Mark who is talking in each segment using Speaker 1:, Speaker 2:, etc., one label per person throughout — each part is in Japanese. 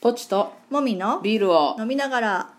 Speaker 1: ポチと
Speaker 2: もみの
Speaker 1: ビールを
Speaker 2: 飲みながら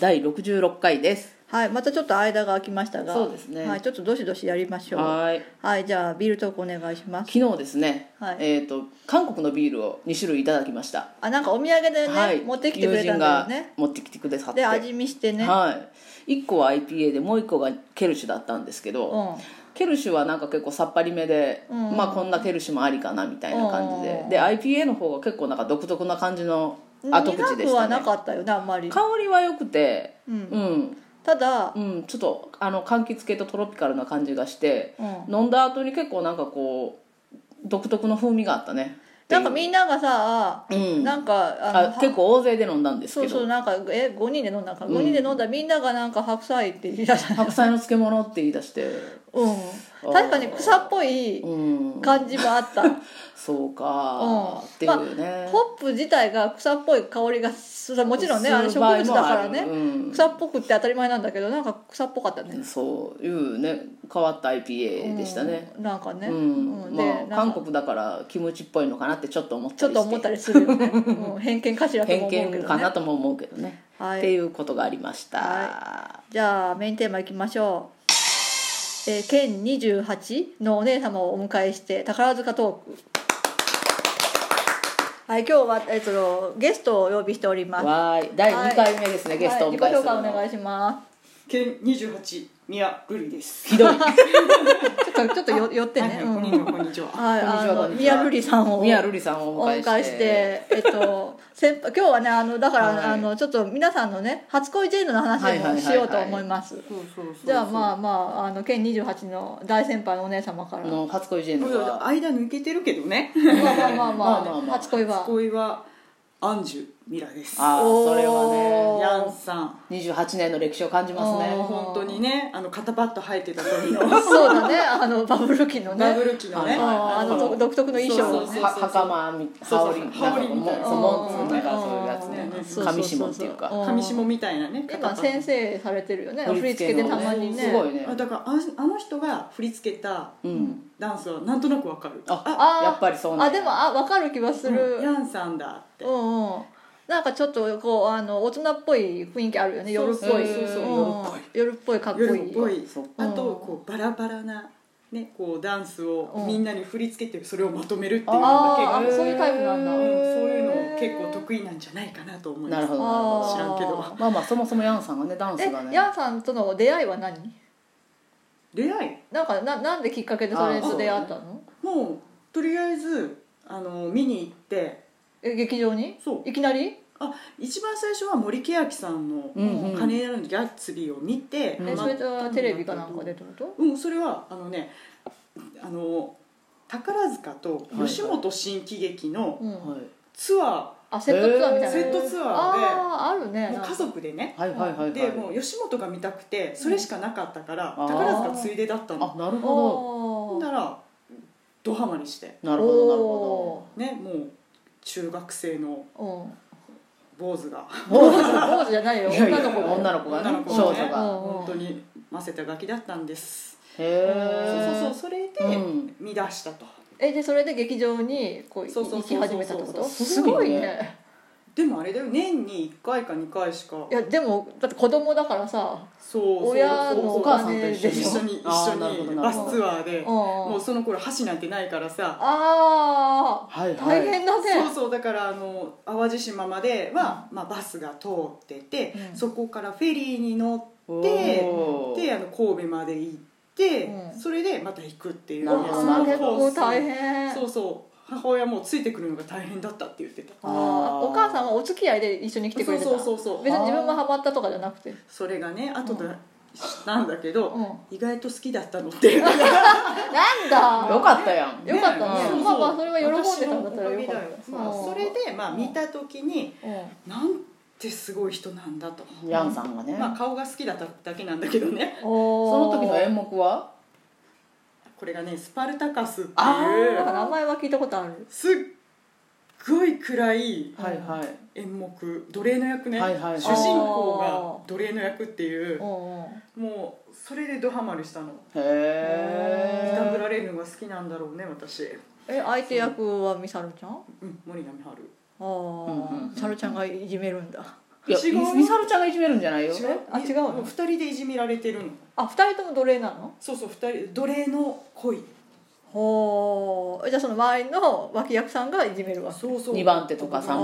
Speaker 1: 第66回です
Speaker 2: はいまたちょっと間が空きましたが
Speaker 1: そうですね
Speaker 2: はい、ちょっとどしどしやりましょう
Speaker 1: はーい
Speaker 2: はいじゃあビールトークお願いします
Speaker 1: 昨日ですね、
Speaker 2: はい
Speaker 1: えー、と韓国のビールを2種類いただきました、
Speaker 2: あなんかお土産でね、
Speaker 1: はい
Speaker 2: 持ってきてくれたんだよ
Speaker 1: 友人が
Speaker 2: ね
Speaker 1: 持ってきてくださって
Speaker 2: で味見してね、
Speaker 1: はい、1個は IPA でもう1個がケルシュだったんですけど、ケルシュはなんか結構さっぱりめで、
Speaker 2: うん
Speaker 1: まあこんなケルシュもありかなみたいな感じで、
Speaker 2: うん
Speaker 1: で IPA の方が結構なんか独特な感じの
Speaker 2: うん
Speaker 1: 後口で
Speaker 2: 苦
Speaker 1: し
Speaker 2: く
Speaker 1: た
Speaker 2: は
Speaker 1: ね
Speaker 2: なかったよねあんまり、
Speaker 1: 香りは良くて
Speaker 2: うん
Speaker 1: うん、
Speaker 2: ただ、
Speaker 1: うん、ちょっとあの柑橘系とトロピカルな感じがして
Speaker 2: うん
Speaker 1: 飲んだ後に結構なんかこう独特の風味があったね
Speaker 2: なんかみんながさ、
Speaker 1: うん
Speaker 2: なんか
Speaker 1: あ
Speaker 2: は
Speaker 1: 結構大勢で飲んだんですけ
Speaker 2: そ
Speaker 1: ど
Speaker 2: うそうなんかえ5人で飲んだのか5人で飲んだ、みんながなんか白菜って言い出した
Speaker 1: 白菜の漬物って言い出して
Speaker 2: うん確かに草っぽい
Speaker 1: うん
Speaker 2: 感じもあった、
Speaker 1: そうか
Speaker 2: うん
Speaker 1: っていうね、
Speaker 2: ホップ自体が草っぽい香りがするもちろんねあれ
Speaker 1: す
Speaker 2: 植
Speaker 1: る場合
Speaker 2: 物
Speaker 1: も
Speaker 2: だから
Speaker 1: ある
Speaker 2: ね、
Speaker 1: うん
Speaker 2: 草っぽくって当たり前なんだけどなんか草っぽかったね
Speaker 1: そういうね変わった IPA でしたね、
Speaker 2: うんなんか
Speaker 1: う
Speaker 2: ね、
Speaker 1: ん
Speaker 2: うんで
Speaker 1: まあ、
Speaker 2: なん
Speaker 1: 韓
Speaker 2: か
Speaker 1: 国だからキムチっぽいのかなってちょっと思っ
Speaker 2: ち
Speaker 1: た
Speaker 2: ょっ
Speaker 1: りして
Speaker 2: と思ったりするよね、うん偏見かしらとも思うけ
Speaker 1: 偏
Speaker 2: どね
Speaker 1: 見かなとも思うけどね、
Speaker 2: はい
Speaker 1: っていうことがありました、
Speaker 2: じゃあメインテーマいきましょう、えー、県28のお姉様をお迎えして宝塚トークはい今日は、えっと、ゲストをお呼びしております
Speaker 1: わーい第2回目ですね、ゲストをお迎えす
Speaker 2: はい、
Speaker 1: る
Speaker 2: 自己
Speaker 1: の
Speaker 2: 紹介お願いしま
Speaker 3: 県二十八宮瑠璃です。
Speaker 1: ひどい
Speaker 2: すちょっとちょっとよ寄って
Speaker 3: はい
Speaker 2: ね
Speaker 3: はい、
Speaker 2: う
Speaker 3: こん
Speaker 2: ん
Speaker 3: にちは、こんにちは。
Speaker 2: はい
Speaker 1: こんに
Speaker 2: あ
Speaker 1: ちは
Speaker 2: の
Speaker 1: こんにちは
Speaker 2: 宮瑠璃さんを
Speaker 1: 宮瑠璃さんをお
Speaker 2: お
Speaker 1: 迎えして
Speaker 2: 迎えして、えっと、 先輩今日はねあのだから、
Speaker 1: はい
Speaker 2: あのちょっと皆さんのね初恋ジェーンの話
Speaker 1: はいはいはい
Speaker 2: も
Speaker 1: はい
Speaker 2: しようと思います
Speaker 3: そうそうそう
Speaker 2: じゃあまあまああの県28の大先輩のお姉様から
Speaker 1: あの初恋ジェー
Speaker 3: そ
Speaker 1: ン
Speaker 3: う
Speaker 1: ヌ
Speaker 3: そう
Speaker 1: は
Speaker 3: 間抜けてるけどね。
Speaker 2: まあまあまあ
Speaker 1: まあま
Speaker 2: ま
Speaker 1: あ
Speaker 2: あ
Speaker 1: まあ
Speaker 2: 初恋は
Speaker 3: 恋はアンジュミラです。
Speaker 1: ああ
Speaker 2: お
Speaker 1: そ
Speaker 2: ー
Speaker 1: れはね
Speaker 3: ヤンさん。
Speaker 1: 28年の歴史を感じます
Speaker 2: お
Speaker 1: ね
Speaker 2: ー
Speaker 3: 本当にね、あの肩パッド生えてた時の
Speaker 2: そうだねあのバブル期のね
Speaker 3: バブル期のね。
Speaker 1: はい
Speaker 2: うんあの独独特の衣装
Speaker 3: そう
Speaker 1: は
Speaker 3: そうそう
Speaker 1: 袴み
Speaker 3: そう
Speaker 1: 羽
Speaker 3: そう
Speaker 1: 織
Speaker 3: そう
Speaker 1: なんかこうもそうモンツなんかそういうやつ
Speaker 2: うん
Speaker 1: ね
Speaker 2: うんそうそうそう
Speaker 1: 上下っていうか
Speaker 2: うん
Speaker 3: 上下みたいなね。肩パッ
Speaker 2: 今
Speaker 3: ド
Speaker 2: 先生されてるよね振り付けでたまにね
Speaker 1: すごいね
Speaker 3: あだからあんあの人が振り付けた
Speaker 1: うん
Speaker 3: ダンスはなんとなくわかる。
Speaker 1: あ
Speaker 2: あー
Speaker 1: やっぱりそうなん
Speaker 2: あ
Speaker 1: や
Speaker 2: でもあ分かる気はする、
Speaker 3: うんヤンさんだって
Speaker 2: う。んうんなんかちょっとこうあの大人っぽい雰囲気あるよね夜っぽい
Speaker 3: そうそうそうそう
Speaker 2: うん夜っぽいかっこいい
Speaker 3: 夜っぽい
Speaker 1: そっ
Speaker 3: あ
Speaker 2: か
Speaker 3: とこうバラバラな、ね、こうダンスをみんなに振り付けてそれをまとめるっていうの
Speaker 2: あ
Speaker 3: が
Speaker 2: ー
Speaker 3: 結構
Speaker 2: そういうタイプなんだ
Speaker 3: うんそういうの
Speaker 2: へー
Speaker 3: も結構得意なんじゃないかなと思い
Speaker 1: な
Speaker 3: ます
Speaker 1: るほどなるほ
Speaker 2: あ
Speaker 1: ど
Speaker 2: ー
Speaker 3: 知らんけど
Speaker 1: まあまあそもそもヤンさんがねダンスが
Speaker 2: え
Speaker 1: ね
Speaker 2: ヤンさんとの出会いは何
Speaker 3: 恋愛
Speaker 2: なんかななんできっかけでそれと出会ったの、
Speaker 3: もうとりあえずあの見に行って
Speaker 2: え劇場に
Speaker 3: そう
Speaker 2: いきなり
Speaker 3: あ一番最初は森木明さんの
Speaker 1: うんうん
Speaker 3: 「金なるギャッツビー」を見て、
Speaker 1: うん
Speaker 2: え
Speaker 3: ま
Speaker 2: それとテレビかなんかでってこと
Speaker 3: うんそれはあのねあの宝塚と吉本新喜劇の
Speaker 2: うん、
Speaker 1: は
Speaker 3: ツア
Speaker 2: あセットツアーみたいな
Speaker 3: セットツアーで
Speaker 2: あーあるね
Speaker 3: ー
Speaker 2: な
Speaker 3: も
Speaker 2: ん
Speaker 3: う
Speaker 2: か
Speaker 3: 家族でね
Speaker 1: いはいはいはい
Speaker 3: でもう吉本が見たくてそれしかなかったから
Speaker 1: うん
Speaker 3: 宝塚ついでだった
Speaker 1: あ
Speaker 3: の
Speaker 1: なるほ
Speaker 3: ほ
Speaker 2: お
Speaker 3: ん
Speaker 2: ー
Speaker 3: だらドハマりして
Speaker 1: どなるほどなるほ
Speaker 3: ねもう中学生の
Speaker 2: おーうん
Speaker 3: 坊主が
Speaker 2: 坊主坊主じゃないよ
Speaker 1: いやいや
Speaker 2: 女の子だよ
Speaker 1: 女の子がね
Speaker 3: 女の子
Speaker 1: 少
Speaker 3: がね
Speaker 1: 女が
Speaker 2: うん
Speaker 3: 本当にませたガキだったんです
Speaker 1: ど
Speaker 3: そう
Speaker 1: へえ
Speaker 3: そうそうそれ
Speaker 1: う
Speaker 3: で
Speaker 1: ん
Speaker 3: 見出したと
Speaker 2: えでそれで劇場にこうい
Speaker 3: そうそ
Speaker 2: 行
Speaker 3: う
Speaker 2: き
Speaker 3: そうそう
Speaker 2: 始めたってこと
Speaker 1: す
Speaker 2: す
Speaker 1: ご
Speaker 2: ご
Speaker 1: い
Speaker 2: い
Speaker 1: ね
Speaker 2: ね
Speaker 3: でもあれだよ年に1回か2回しか
Speaker 2: いやでもだって子供だからさ
Speaker 3: そうそう
Speaker 2: 親の
Speaker 3: そう
Speaker 2: お
Speaker 1: 母さんと
Speaker 2: 金
Speaker 1: 一緒
Speaker 2: で
Speaker 3: 一
Speaker 2: し
Speaker 3: 緒
Speaker 2: ょ
Speaker 3: に一
Speaker 1: あーなるほ
Speaker 3: 緒
Speaker 1: ど
Speaker 3: に
Speaker 1: なる
Speaker 3: バ
Speaker 1: ほど
Speaker 3: スツアーでも
Speaker 2: も
Speaker 3: うその頃箸なんてないからさ
Speaker 2: あ
Speaker 1: はい
Speaker 2: あ
Speaker 1: は
Speaker 2: 大
Speaker 1: い
Speaker 2: 変 だ
Speaker 3: そう
Speaker 2: ね
Speaker 3: そうだからあの淡路島までは、まあ、バスが通ってて、
Speaker 2: うん
Speaker 3: そこからフェリーに乗
Speaker 1: お
Speaker 3: って
Speaker 1: ー
Speaker 3: ってあの神戸まで行って、
Speaker 2: うん
Speaker 3: それでまた行くっていう
Speaker 1: なる
Speaker 2: わ
Speaker 1: ほど
Speaker 2: あ結構大
Speaker 3: そう
Speaker 2: 変
Speaker 3: そうそう母親もついてくるのが大変だったって言ってた
Speaker 2: ああお母さんはお付き合いで一緒に来てくれてた
Speaker 3: そうそうそうそう
Speaker 2: 別に自分がハマったとかじゃなくて
Speaker 3: それがね後で知ったんだけど、
Speaker 2: う
Speaker 3: 意外と好きだったのっ て
Speaker 2: なんだ
Speaker 1: よかったやん
Speaker 2: よかったね
Speaker 3: そう
Speaker 2: まあまあそれは喜んでたんだったらよかった
Speaker 3: 私のおかげだよまあ
Speaker 2: うん
Speaker 3: それで、まあ、見た時に
Speaker 2: うん
Speaker 3: なんてすごい人なんだと、
Speaker 1: ヤンさんがね
Speaker 3: まあ、顔が好きだっただけなんだけどね
Speaker 1: そ
Speaker 2: お
Speaker 1: の時の演
Speaker 2: 目
Speaker 1: 目は
Speaker 3: これがねスパルタカスっていう
Speaker 2: 名前は聞いたことある
Speaker 3: すっごい暗い
Speaker 2: うん
Speaker 1: はいはい
Speaker 3: 演目奴隷の役ね、
Speaker 1: はいはいはい
Speaker 3: 主人公が奴隷の役っていう
Speaker 2: うんうん
Speaker 3: もうそれでドハマりしたの
Speaker 1: へ
Speaker 3: いたぶら
Speaker 1: え
Speaker 3: れるのが好きなんだろうね私
Speaker 2: え相手役はミサルちゃんあ
Speaker 3: うん、森上春
Speaker 2: あ、
Speaker 1: んうん
Speaker 2: サルちゃんがいじめるんだ
Speaker 1: いや
Speaker 3: 違う
Speaker 1: みさるちゃんがいじめるんじゃないよ
Speaker 2: あ違うの
Speaker 3: も二人でいじめられてるの
Speaker 2: あ二人とも奴隷なの
Speaker 3: そうそう二人奴隷の恋
Speaker 2: ほうじゃあその周りの脇役さんがいじめるわけ
Speaker 3: そうそう
Speaker 1: 2番手とか3番手
Speaker 2: あ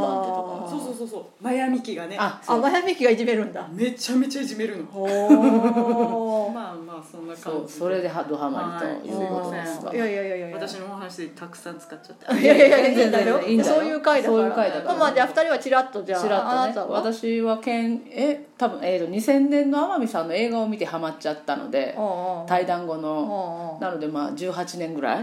Speaker 1: と
Speaker 2: ー
Speaker 3: そうそうそうそうマヤミキがね
Speaker 1: かあ
Speaker 2: あ
Speaker 1: そう
Speaker 2: マヤミキがいじめるんだ
Speaker 3: めちゃめちゃいじめるの
Speaker 2: ほう
Speaker 3: まあまあそんな
Speaker 1: そ
Speaker 3: 感
Speaker 1: う
Speaker 3: じ
Speaker 1: それでハドハマり ということ
Speaker 3: はい
Speaker 1: ですが
Speaker 2: いやいやいやいや
Speaker 3: 私のお話でたくさん使っちゃって
Speaker 2: いやいやいやいいんだ
Speaker 1: 全然全
Speaker 2: よ
Speaker 1: 然いいんだよ
Speaker 2: そういう回だから
Speaker 1: そういう回だから
Speaker 2: まあまあじゃあ二人はチラッとじゃあ
Speaker 1: ちら
Speaker 2: あ
Speaker 1: っ
Speaker 2: な
Speaker 1: と
Speaker 2: た
Speaker 1: ね
Speaker 2: は
Speaker 1: 私はけんえ多分、えー、と2000年の天海さんの映画を見てハマっちゃったので
Speaker 2: うんうん
Speaker 1: 対談後の
Speaker 2: うんうん
Speaker 1: なのでまあ18年ぐらい
Speaker 2: うんうん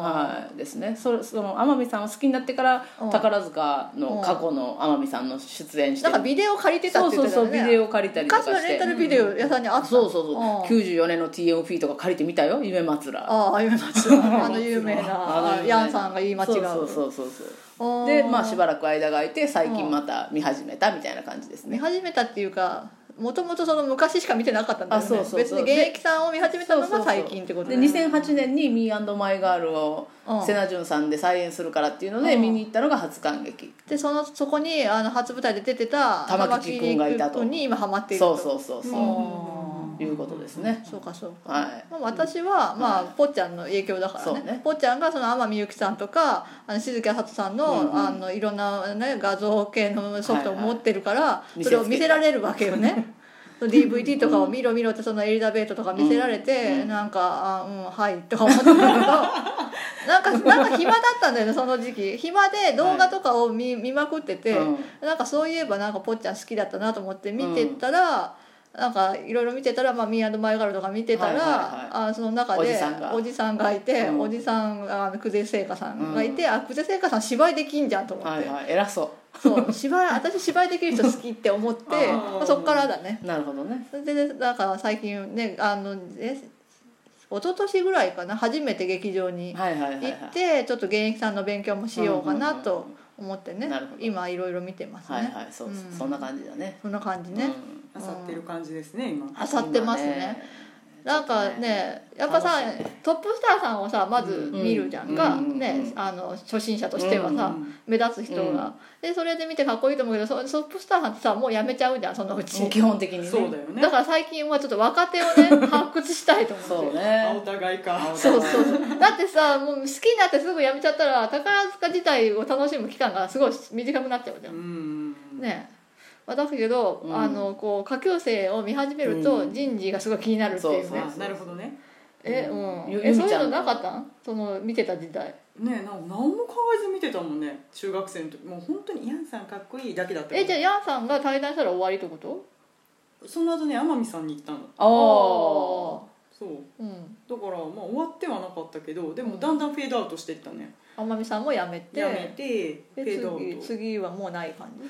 Speaker 1: はいですねそれその天海さんを好きになってから
Speaker 2: うん
Speaker 1: 宝塚の過去の天海さんの出演して
Speaker 2: なんかビデオ借りてた
Speaker 1: そ
Speaker 2: っ
Speaker 1: う
Speaker 2: て
Speaker 1: そ
Speaker 2: 言っ
Speaker 1: う
Speaker 2: て
Speaker 1: そう
Speaker 2: たよね
Speaker 1: ビデオ借りたりとか
Speaker 2: 昔
Speaker 1: して
Speaker 2: のレンタルビデオ屋さんにあった
Speaker 1: そうそうそう
Speaker 2: あ
Speaker 1: 94年の TMP とか借りてみたよ夢松ら
Speaker 2: ああ有名 なあの有名
Speaker 1: あ
Speaker 2: な
Speaker 1: の
Speaker 2: ヤンさんが言い間違う
Speaker 1: そうそうそうそう
Speaker 2: あー
Speaker 1: でまあしばらく間が空いて最近また見始めたみたいな感じです
Speaker 2: 見
Speaker 1: ね
Speaker 2: 始めたっていうかもともとその昔しか見てなかったんだよね
Speaker 1: あそうそうそう
Speaker 2: 別に現役さんを見始めたのが最近ってこと
Speaker 1: で
Speaker 2: だよね
Speaker 1: 2008年に「ミーマイガール」を
Speaker 2: うん
Speaker 1: セナジュンさんで再演するからっていうので
Speaker 2: うん
Speaker 1: 見に行ったのが初感激
Speaker 2: でそのそこにあの初舞台で出てた
Speaker 1: 玉木君がいたと
Speaker 2: 玉木君に今ハマっている
Speaker 1: そ
Speaker 2: と
Speaker 1: うそうそう
Speaker 2: うん
Speaker 1: そ
Speaker 2: そう
Speaker 1: いうことですね
Speaker 2: うかそうか、
Speaker 1: はい
Speaker 2: まあ、私は、まあ、ぽっちゃんの影響だから
Speaker 1: そ
Speaker 2: ね
Speaker 1: うね
Speaker 2: ぽっちゃんがその天海祐希さんとかあの静香里さんの,、
Speaker 1: うんうん
Speaker 2: あのいろんな、ね、画像系のソフトを
Speaker 1: はいはい
Speaker 2: 持ってるから、
Speaker 1: 見せつけ
Speaker 2: それ
Speaker 1: て
Speaker 2: を見せられるわけよねその DVD とかを見ろ見ろってそのエリザベートとか見せられて、
Speaker 1: うんうん
Speaker 2: なんか「あうんはい」とか思ってたけどなんかなんか暇だったんだよねその時期暇で動画とかを見,、見まくってて、
Speaker 1: うん
Speaker 2: なんかそういえばなんかぽっちゃん好きだったなと思って見てたら、なんかいろいろ見てたら「まあ、ミーマイガール」とか見てたら、
Speaker 1: はいはい
Speaker 2: あその中で
Speaker 1: おじさんが
Speaker 2: おじさんがいて、
Speaker 1: うん
Speaker 2: おじさんがあの久世聖華さんがいて、
Speaker 1: う
Speaker 2: あ久世聖華さん芝居できんじゃんと思って、
Speaker 1: はいはい偉そ
Speaker 2: そう芝居私芝居できる人好きって思って
Speaker 1: あー
Speaker 2: まあ、そっからだね
Speaker 1: うなるほどね
Speaker 2: それでだから最近ねあのえ一昨年ぐらいかな初めて劇場に
Speaker 1: はいはいはいは
Speaker 2: 行
Speaker 1: い
Speaker 2: ってちょっと現役さんの勉強もしようかな
Speaker 1: うんうん
Speaker 2: と思ってね、
Speaker 1: なるほど
Speaker 2: 今いろいろ見てますね、
Speaker 1: はいはいそうそう
Speaker 2: うん
Speaker 1: そんな感じだね
Speaker 2: そんな感じね、
Speaker 1: うん
Speaker 3: あさってる感じですね今
Speaker 2: あさってますね
Speaker 1: 今ね
Speaker 2: なんかねやっぱさ、
Speaker 1: 楽しい
Speaker 2: トップスターさんをさまず見るじゃんか、
Speaker 1: うんうん
Speaker 2: ね、
Speaker 1: うん
Speaker 2: あの初心者としてはさ、
Speaker 3: うんうん
Speaker 2: 目立つ人が、
Speaker 1: うん
Speaker 2: でそれで見てかっこいいと思うけどそトップスターさんってさもうやめちゃうじゃんそのうち、
Speaker 1: もう基本的にね
Speaker 3: そうだよね
Speaker 2: だから最近はちょっと若手を ね発掘したいと思
Speaker 1: そ
Speaker 2: っ
Speaker 1: う
Speaker 2: て。
Speaker 3: あお
Speaker 1: ね
Speaker 3: 互いか
Speaker 2: そうそうそうだってさもう好きになってすぐやめちゃったら宝塚自体を楽しむ期間がすごい短くなっちゃうじゃん
Speaker 3: うん
Speaker 2: ねまあだけど、
Speaker 1: うん
Speaker 2: あのこう下級生を見始める
Speaker 1: う
Speaker 2: と
Speaker 1: ん
Speaker 2: 人事がすごい気になるっていうね、
Speaker 1: そうそう
Speaker 3: あなるほどね
Speaker 2: えうん
Speaker 1: ゆ
Speaker 2: え
Speaker 1: ゆ
Speaker 2: そ
Speaker 1: み
Speaker 2: うい
Speaker 1: ち
Speaker 2: う
Speaker 1: ゃ
Speaker 2: の
Speaker 1: んの
Speaker 2: なかったんその見てた時代
Speaker 3: ねえな何も考えず見てたもんね中学生の時もう本当にイアンさんかっこいいだけだったから
Speaker 2: えじゃあヤンさんが対談したら終わりってこと
Speaker 3: その後ね天海さんに行ったの
Speaker 1: ああ
Speaker 2: あー
Speaker 3: そう
Speaker 2: うん
Speaker 3: だからまあ終わってはなかったけどでもだんだんフェードアウトしていったね
Speaker 2: 天海さんも辞めて
Speaker 3: やめてフ
Speaker 2: で
Speaker 3: ェードア
Speaker 2: 次
Speaker 3: ウト
Speaker 2: 次はもうない感じ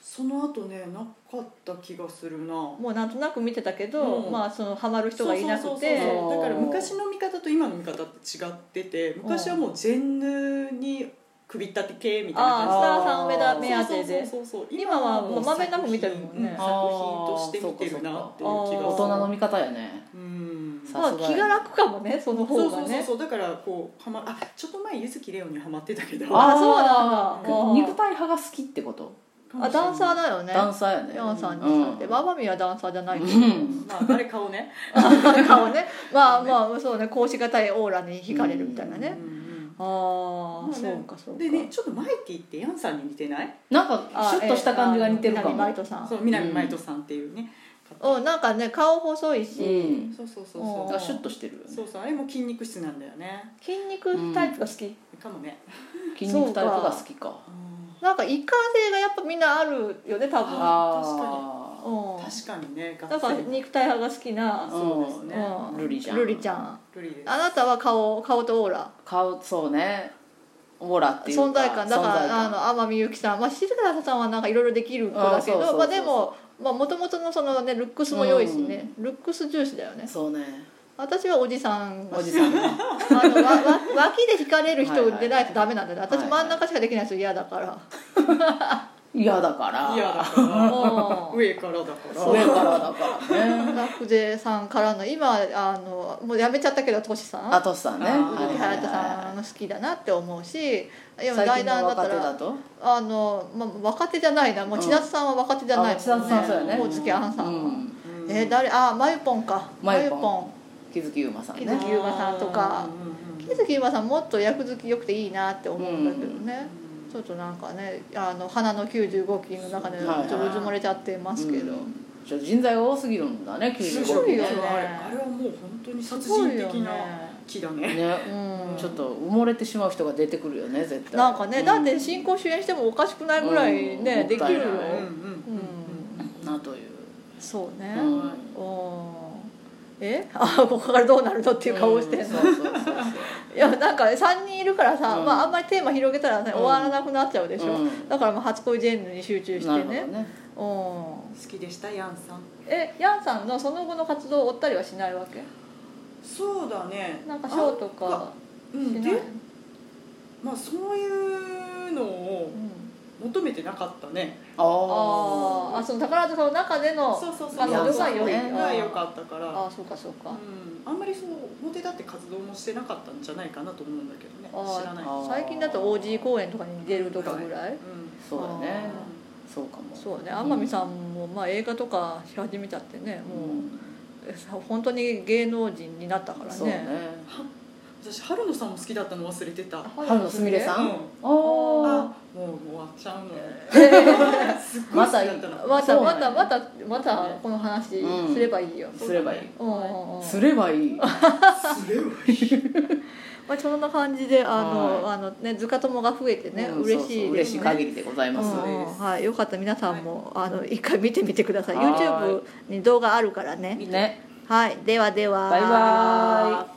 Speaker 3: その後ねなかった気がするな
Speaker 2: もうなんとなく見てたけど、
Speaker 3: うん
Speaker 2: まあそのハマる人がいな
Speaker 3: そう
Speaker 2: く
Speaker 3: そうそう
Speaker 2: て
Speaker 3: そうだから昔の見方と今の見方って違ってて昔はもうジェンヌに首ったて系みたいな
Speaker 2: ああスタ
Speaker 3: 感
Speaker 2: ーさん目だ
Speaker 1: あー
Speaker 2: 目当てで
Speaker 3: そうそうそうそう
Speaker 2: 今はもうまんべんなく見てるもんね
Speaker 3: う作品として見てるなっていう気
Speaker 2: あー
Speaker 3: が
Speaker 1: 大人の見方やね
Speaker 3: うん
Speaker 1: さ
Speaker 2: まあ
Speaker 1: すが
Speaker 2: 気が楽かもねその
Speaker 3: そ
Speaker 2: 方
Speaker 3: うそ
Speaker 2: が
Speaker 3: うそう
Speaker 2: ね
Speaker 3: そうだからこうはまあちょっと前柚木レオにはまってたけど
Speaker 2: あーそうなんだ
Speaker 1: あー
Speaker 2: うん
Speaker 1: 肉体派が好きってこと
Speaker 2: あダンサー
Speaker 3: だ
Speaker 2: だよね
Speaker 1: ダンサーやね
Speaker 2: ヤンさんに
Speaker 1: う
Speaker 2: さ
Speaker 1: ん
Speaker 2: ってババミはダンサーじゃないけど
Speaker 1: うん
Speaker 3: まあ誰顔ね
Speaker 2: 顔ね まあまあそうね格子型いオーラに惹かれるみたいなね、
Speaker 3: うんうん
Speaker 2: あ
Speaker 3: ま
Speaker 2: あ
Speaker 3: あ
Speaker 2: そ
Speaker 3: ね
Speaker 2: うかそうか
Speaker 3: でねちょっとマイティってヤンさんに似てない
Speaker 1: なんか
Speaker 2: あ
Speaker 1: シュッとした感じが似てるか
Speaker 2: えー
Speaker 1: も
Speaker 2: 南バイトさん
Speaker 3: そう南舞斗さんっていうね方
Speaker 2: うんなんかね顔細いうし、
Speaker 1: ん
Speaker 3: そうそうそう
Speaker 1: なん
Speaker 2: お
Speaker 3: そ
Speaker 1: かシュッとしてるよ
Speaker 3: う
Speaker 1: ね
Speaker 3: そうそうあれも筋肉質なんだよね
Speaker 2: 筋肉タイプが好き、
Speaker 3: かもね
Speaker 1: 筋肉タイプが好きか
Speaker 2: なんか一貫性がやっぱみんなあるよね多分
Speaker 1: あー
Speaker 2: う
Speaker 3: 確かにね
Speaker 2: ん、だから肉体派が好きな、
Speaker 1: う
Speaker 3: そうです
Speaker 1: ん
Speaker 3: ね
Speaker 2: うん
Speaker 1: ルリちゃん
Speaker 2: ルリちゃん
Speaker 3: ルリです
Speaker 2: あなたは顔顔とオーラ
Speaker 1: 顔そうねオーラっていうか
Speaker 2: 存在感だから
Speaker 1: 存在感
Speaker 2: あの天海祐希さん、まあ、静香さんはなんかいろいろできる子だけ
Speaker 1: あーそうそうそうそ
Speaker 2: ど
Speaker 1: う
Speaker 2: まあでももともとのその、ね、ルックスも良いしね、ルックス重視だよね
Speaker 1: そうね
Speaker 2: 私はおじさんが
Speaker 1: おじさんね
Speaker 2: あのわわ脇で引かれる人
Speaker 1: はいはいはい
Speaker 2: でないとダメなんだね私
Speaker 1: はいはい
Speaker 2: 真ん中しかできない人嫌だから
Speaker 1: 嫌だから
Speaker 3: 嫌だから
Speaker 2: うん
Speaker 3: 上からだから
Speaker 2: そう
Speaker 1: 上からだからね
Speaker 2: 学生さんからの今あのもうやめちゃったけどトシさん
Speaker 1: あとしさんね
Speaker 3: あー
Speaker 2: 鈴木隼人さんの好きだなって思うし今
Speaker 1: 最
Speaker 2: 財
Speaker 1: 近
Speaker 2: 団
Speaker 1: の
Speaker 2: だ
Speaker 1: 若
Speaker 2: った
Speaker 1: 手だ
Speaker 2: ら
Speaker 1: と
Speaker 2: あの、まあ、若手じゃないなもう千夏さんは若手じゃない
Speaker 1: あ千夏さんそうよね
Speaker 2: 大月杏さんは、
Speaker 1: うん
Speaker 3: うん
Speaker 2: えー誰あまゆぽんか
Speaker 1: まゆぽん
Speaker 2: ま
Speaker 1: 木月優馬さん
Speaker 2: 木
Speaker 1: ね
Speaker 2: 月優馬さんとか
Speaker 3: うんうん
Speaker 2: ゆぽん木月ゆまさんもっと役付き良くていいなって思うんだけどね、ちょっとなんかねあの花の95期の中でちょっとうずもれちゃってますけど、
Speaker 1: うんちょっと人材が多すぎるんだね
Speaker 3: す
Speaker 1: 95
Speaker 2: ご
Speaker 1: 人
Speaker 2: いよ
Speaker 3: ね
Speaker 2: ね
Speaker 3: あれあれはもう本当に殺
Speaker 2: すご
Speaker 3: 人
Speaker 2: いよ
Speaker 3: 的
Speaker 2: ね
Speaker 3: な木だね
Speaker 1: ね
Speaker 2: うん
Speaker 1: ちょっと埋もれてしまう人が出てくるよね絶対
Speaker 2: なんかね、だっ
Speaker 1: う
Speaker 2: て
Speaker 1: ん
Speaker 2: 進行主演してもおかしくないぐらいね、
Speaker 1: うん
Speaker 2: できるよ、
Speaker 1: もったいな
Speaker 3: う
Speaker 1: い
Speaker 3: ん
Speaker 1: なという
Speaker 2: そうね、
Speaker 1: うん
Speaker 2: おえ あここからどうなるのっていう顔してんの、
Speaker 1: うんそうそうそうそう
Speaker 2: いやなんか3人いるからさ、
Speaker 1: うん
Speaker 2: まあ、あんまりテーマ広げたら、ね
Speaker 1: うん
Speaker 2: 終わらなくなっちゃうでしょ、
Speaker 1: うん
Speaker 2: だからもう初恋ジェンヌに集中し
Speaker 1: なる
Speaker 2: て
Speaker 1: ほど
Speaker 2: ね
Speaker 1: ね
Speaker 2: うん
Speaker 3: 好きでしたヤンさん
Speaker 2: えヤンさんのその後の活動を追ったりはしないわけ
Speaker 3: そうだね
Speaker 2: なんかショーと
Speaker 3: あ
Speaker 2: か
Speaker 3: う
Speaker 2: し
Speaker 3: ん
Speaker 2: ない、
Speaker 3: でまあそういうのを
Speaker 2: うん
Speaker 3: 求めてなかったね
Speaker 1: あ
Speaker 2: あー
Speaker 1: ー
Speaker 2: あその宝塚の中での
Speaker 3: そうそうそう
Speaker 2: あの
Speaker 1: ヤンさんね
Speaker 2: 良い
Speaker 3: が良かったから
Speaker 2: ああそうかそうか、
Speaker 3: うんあんまりそう表立って活動もしてなかったんじゃないかなと思うんだけどね
Speaker 2: あー
Speaker 3: 知らない
Speaker 1: あー
Speaker 2: 最近だと OG 公演とかに出るとかぐらい、
Speaker 3: う
Speaker 1: そうだね
Speaker 2: あ
Speaker 1: そうかも
Speaker 2: そうね天海さんも、まあ、映画とかし始めちゃってね
Speaker 1: う
Speaker 2: もう、
Speaker 1: ん
Speaker 2: 本当に芸能人になったからね
Speaker 1: そうね
Speaker 3: ん私春野さんも好きだったの忘れてた
Speaker 1: 春野すみれさ
Speaker 3: うんん
Speaker 1: あー
Speaker 3: あもう終わっちゃうの すっご
Speaker 1: ま
Speaker 3: い好き
Speaker 1: た
Speaker 3: だったの
Speaker 2: ま
Speaker 1: そ
Speaker 2: た
Speaker 1: う
Speaker 2: ま
Speaker 1: なん
Speaker 2: た
Speaker 1: や
Speaker 2: またまたこの話
Speaker 1: うん
Speaker 2: すればいいよ、
Speaker 1: すればいい
Speaker 2: うんうんうん
Speaker 1: すればいい
Speaker 3: すれば
Speaker 2: まあ、そんな感じであの、あのねずか友が増えてね、
Speaker 1: うん
Speaker 2: 嬉
Speaker 1: そう
Speaker 2: しいです、ね、
Speaker 1: そう嬉しい限りでございま
Speaker 2: う
Speaker 1: す
Speaker 2: んうんはい、よかったら皆さんも、あの一回見てみてください
Speaker 1: は
Speaker 2: YouTube に動画あるからね
Speaker 1: ね
Speaker 2: はいではでは
Speaker 1: バイバイ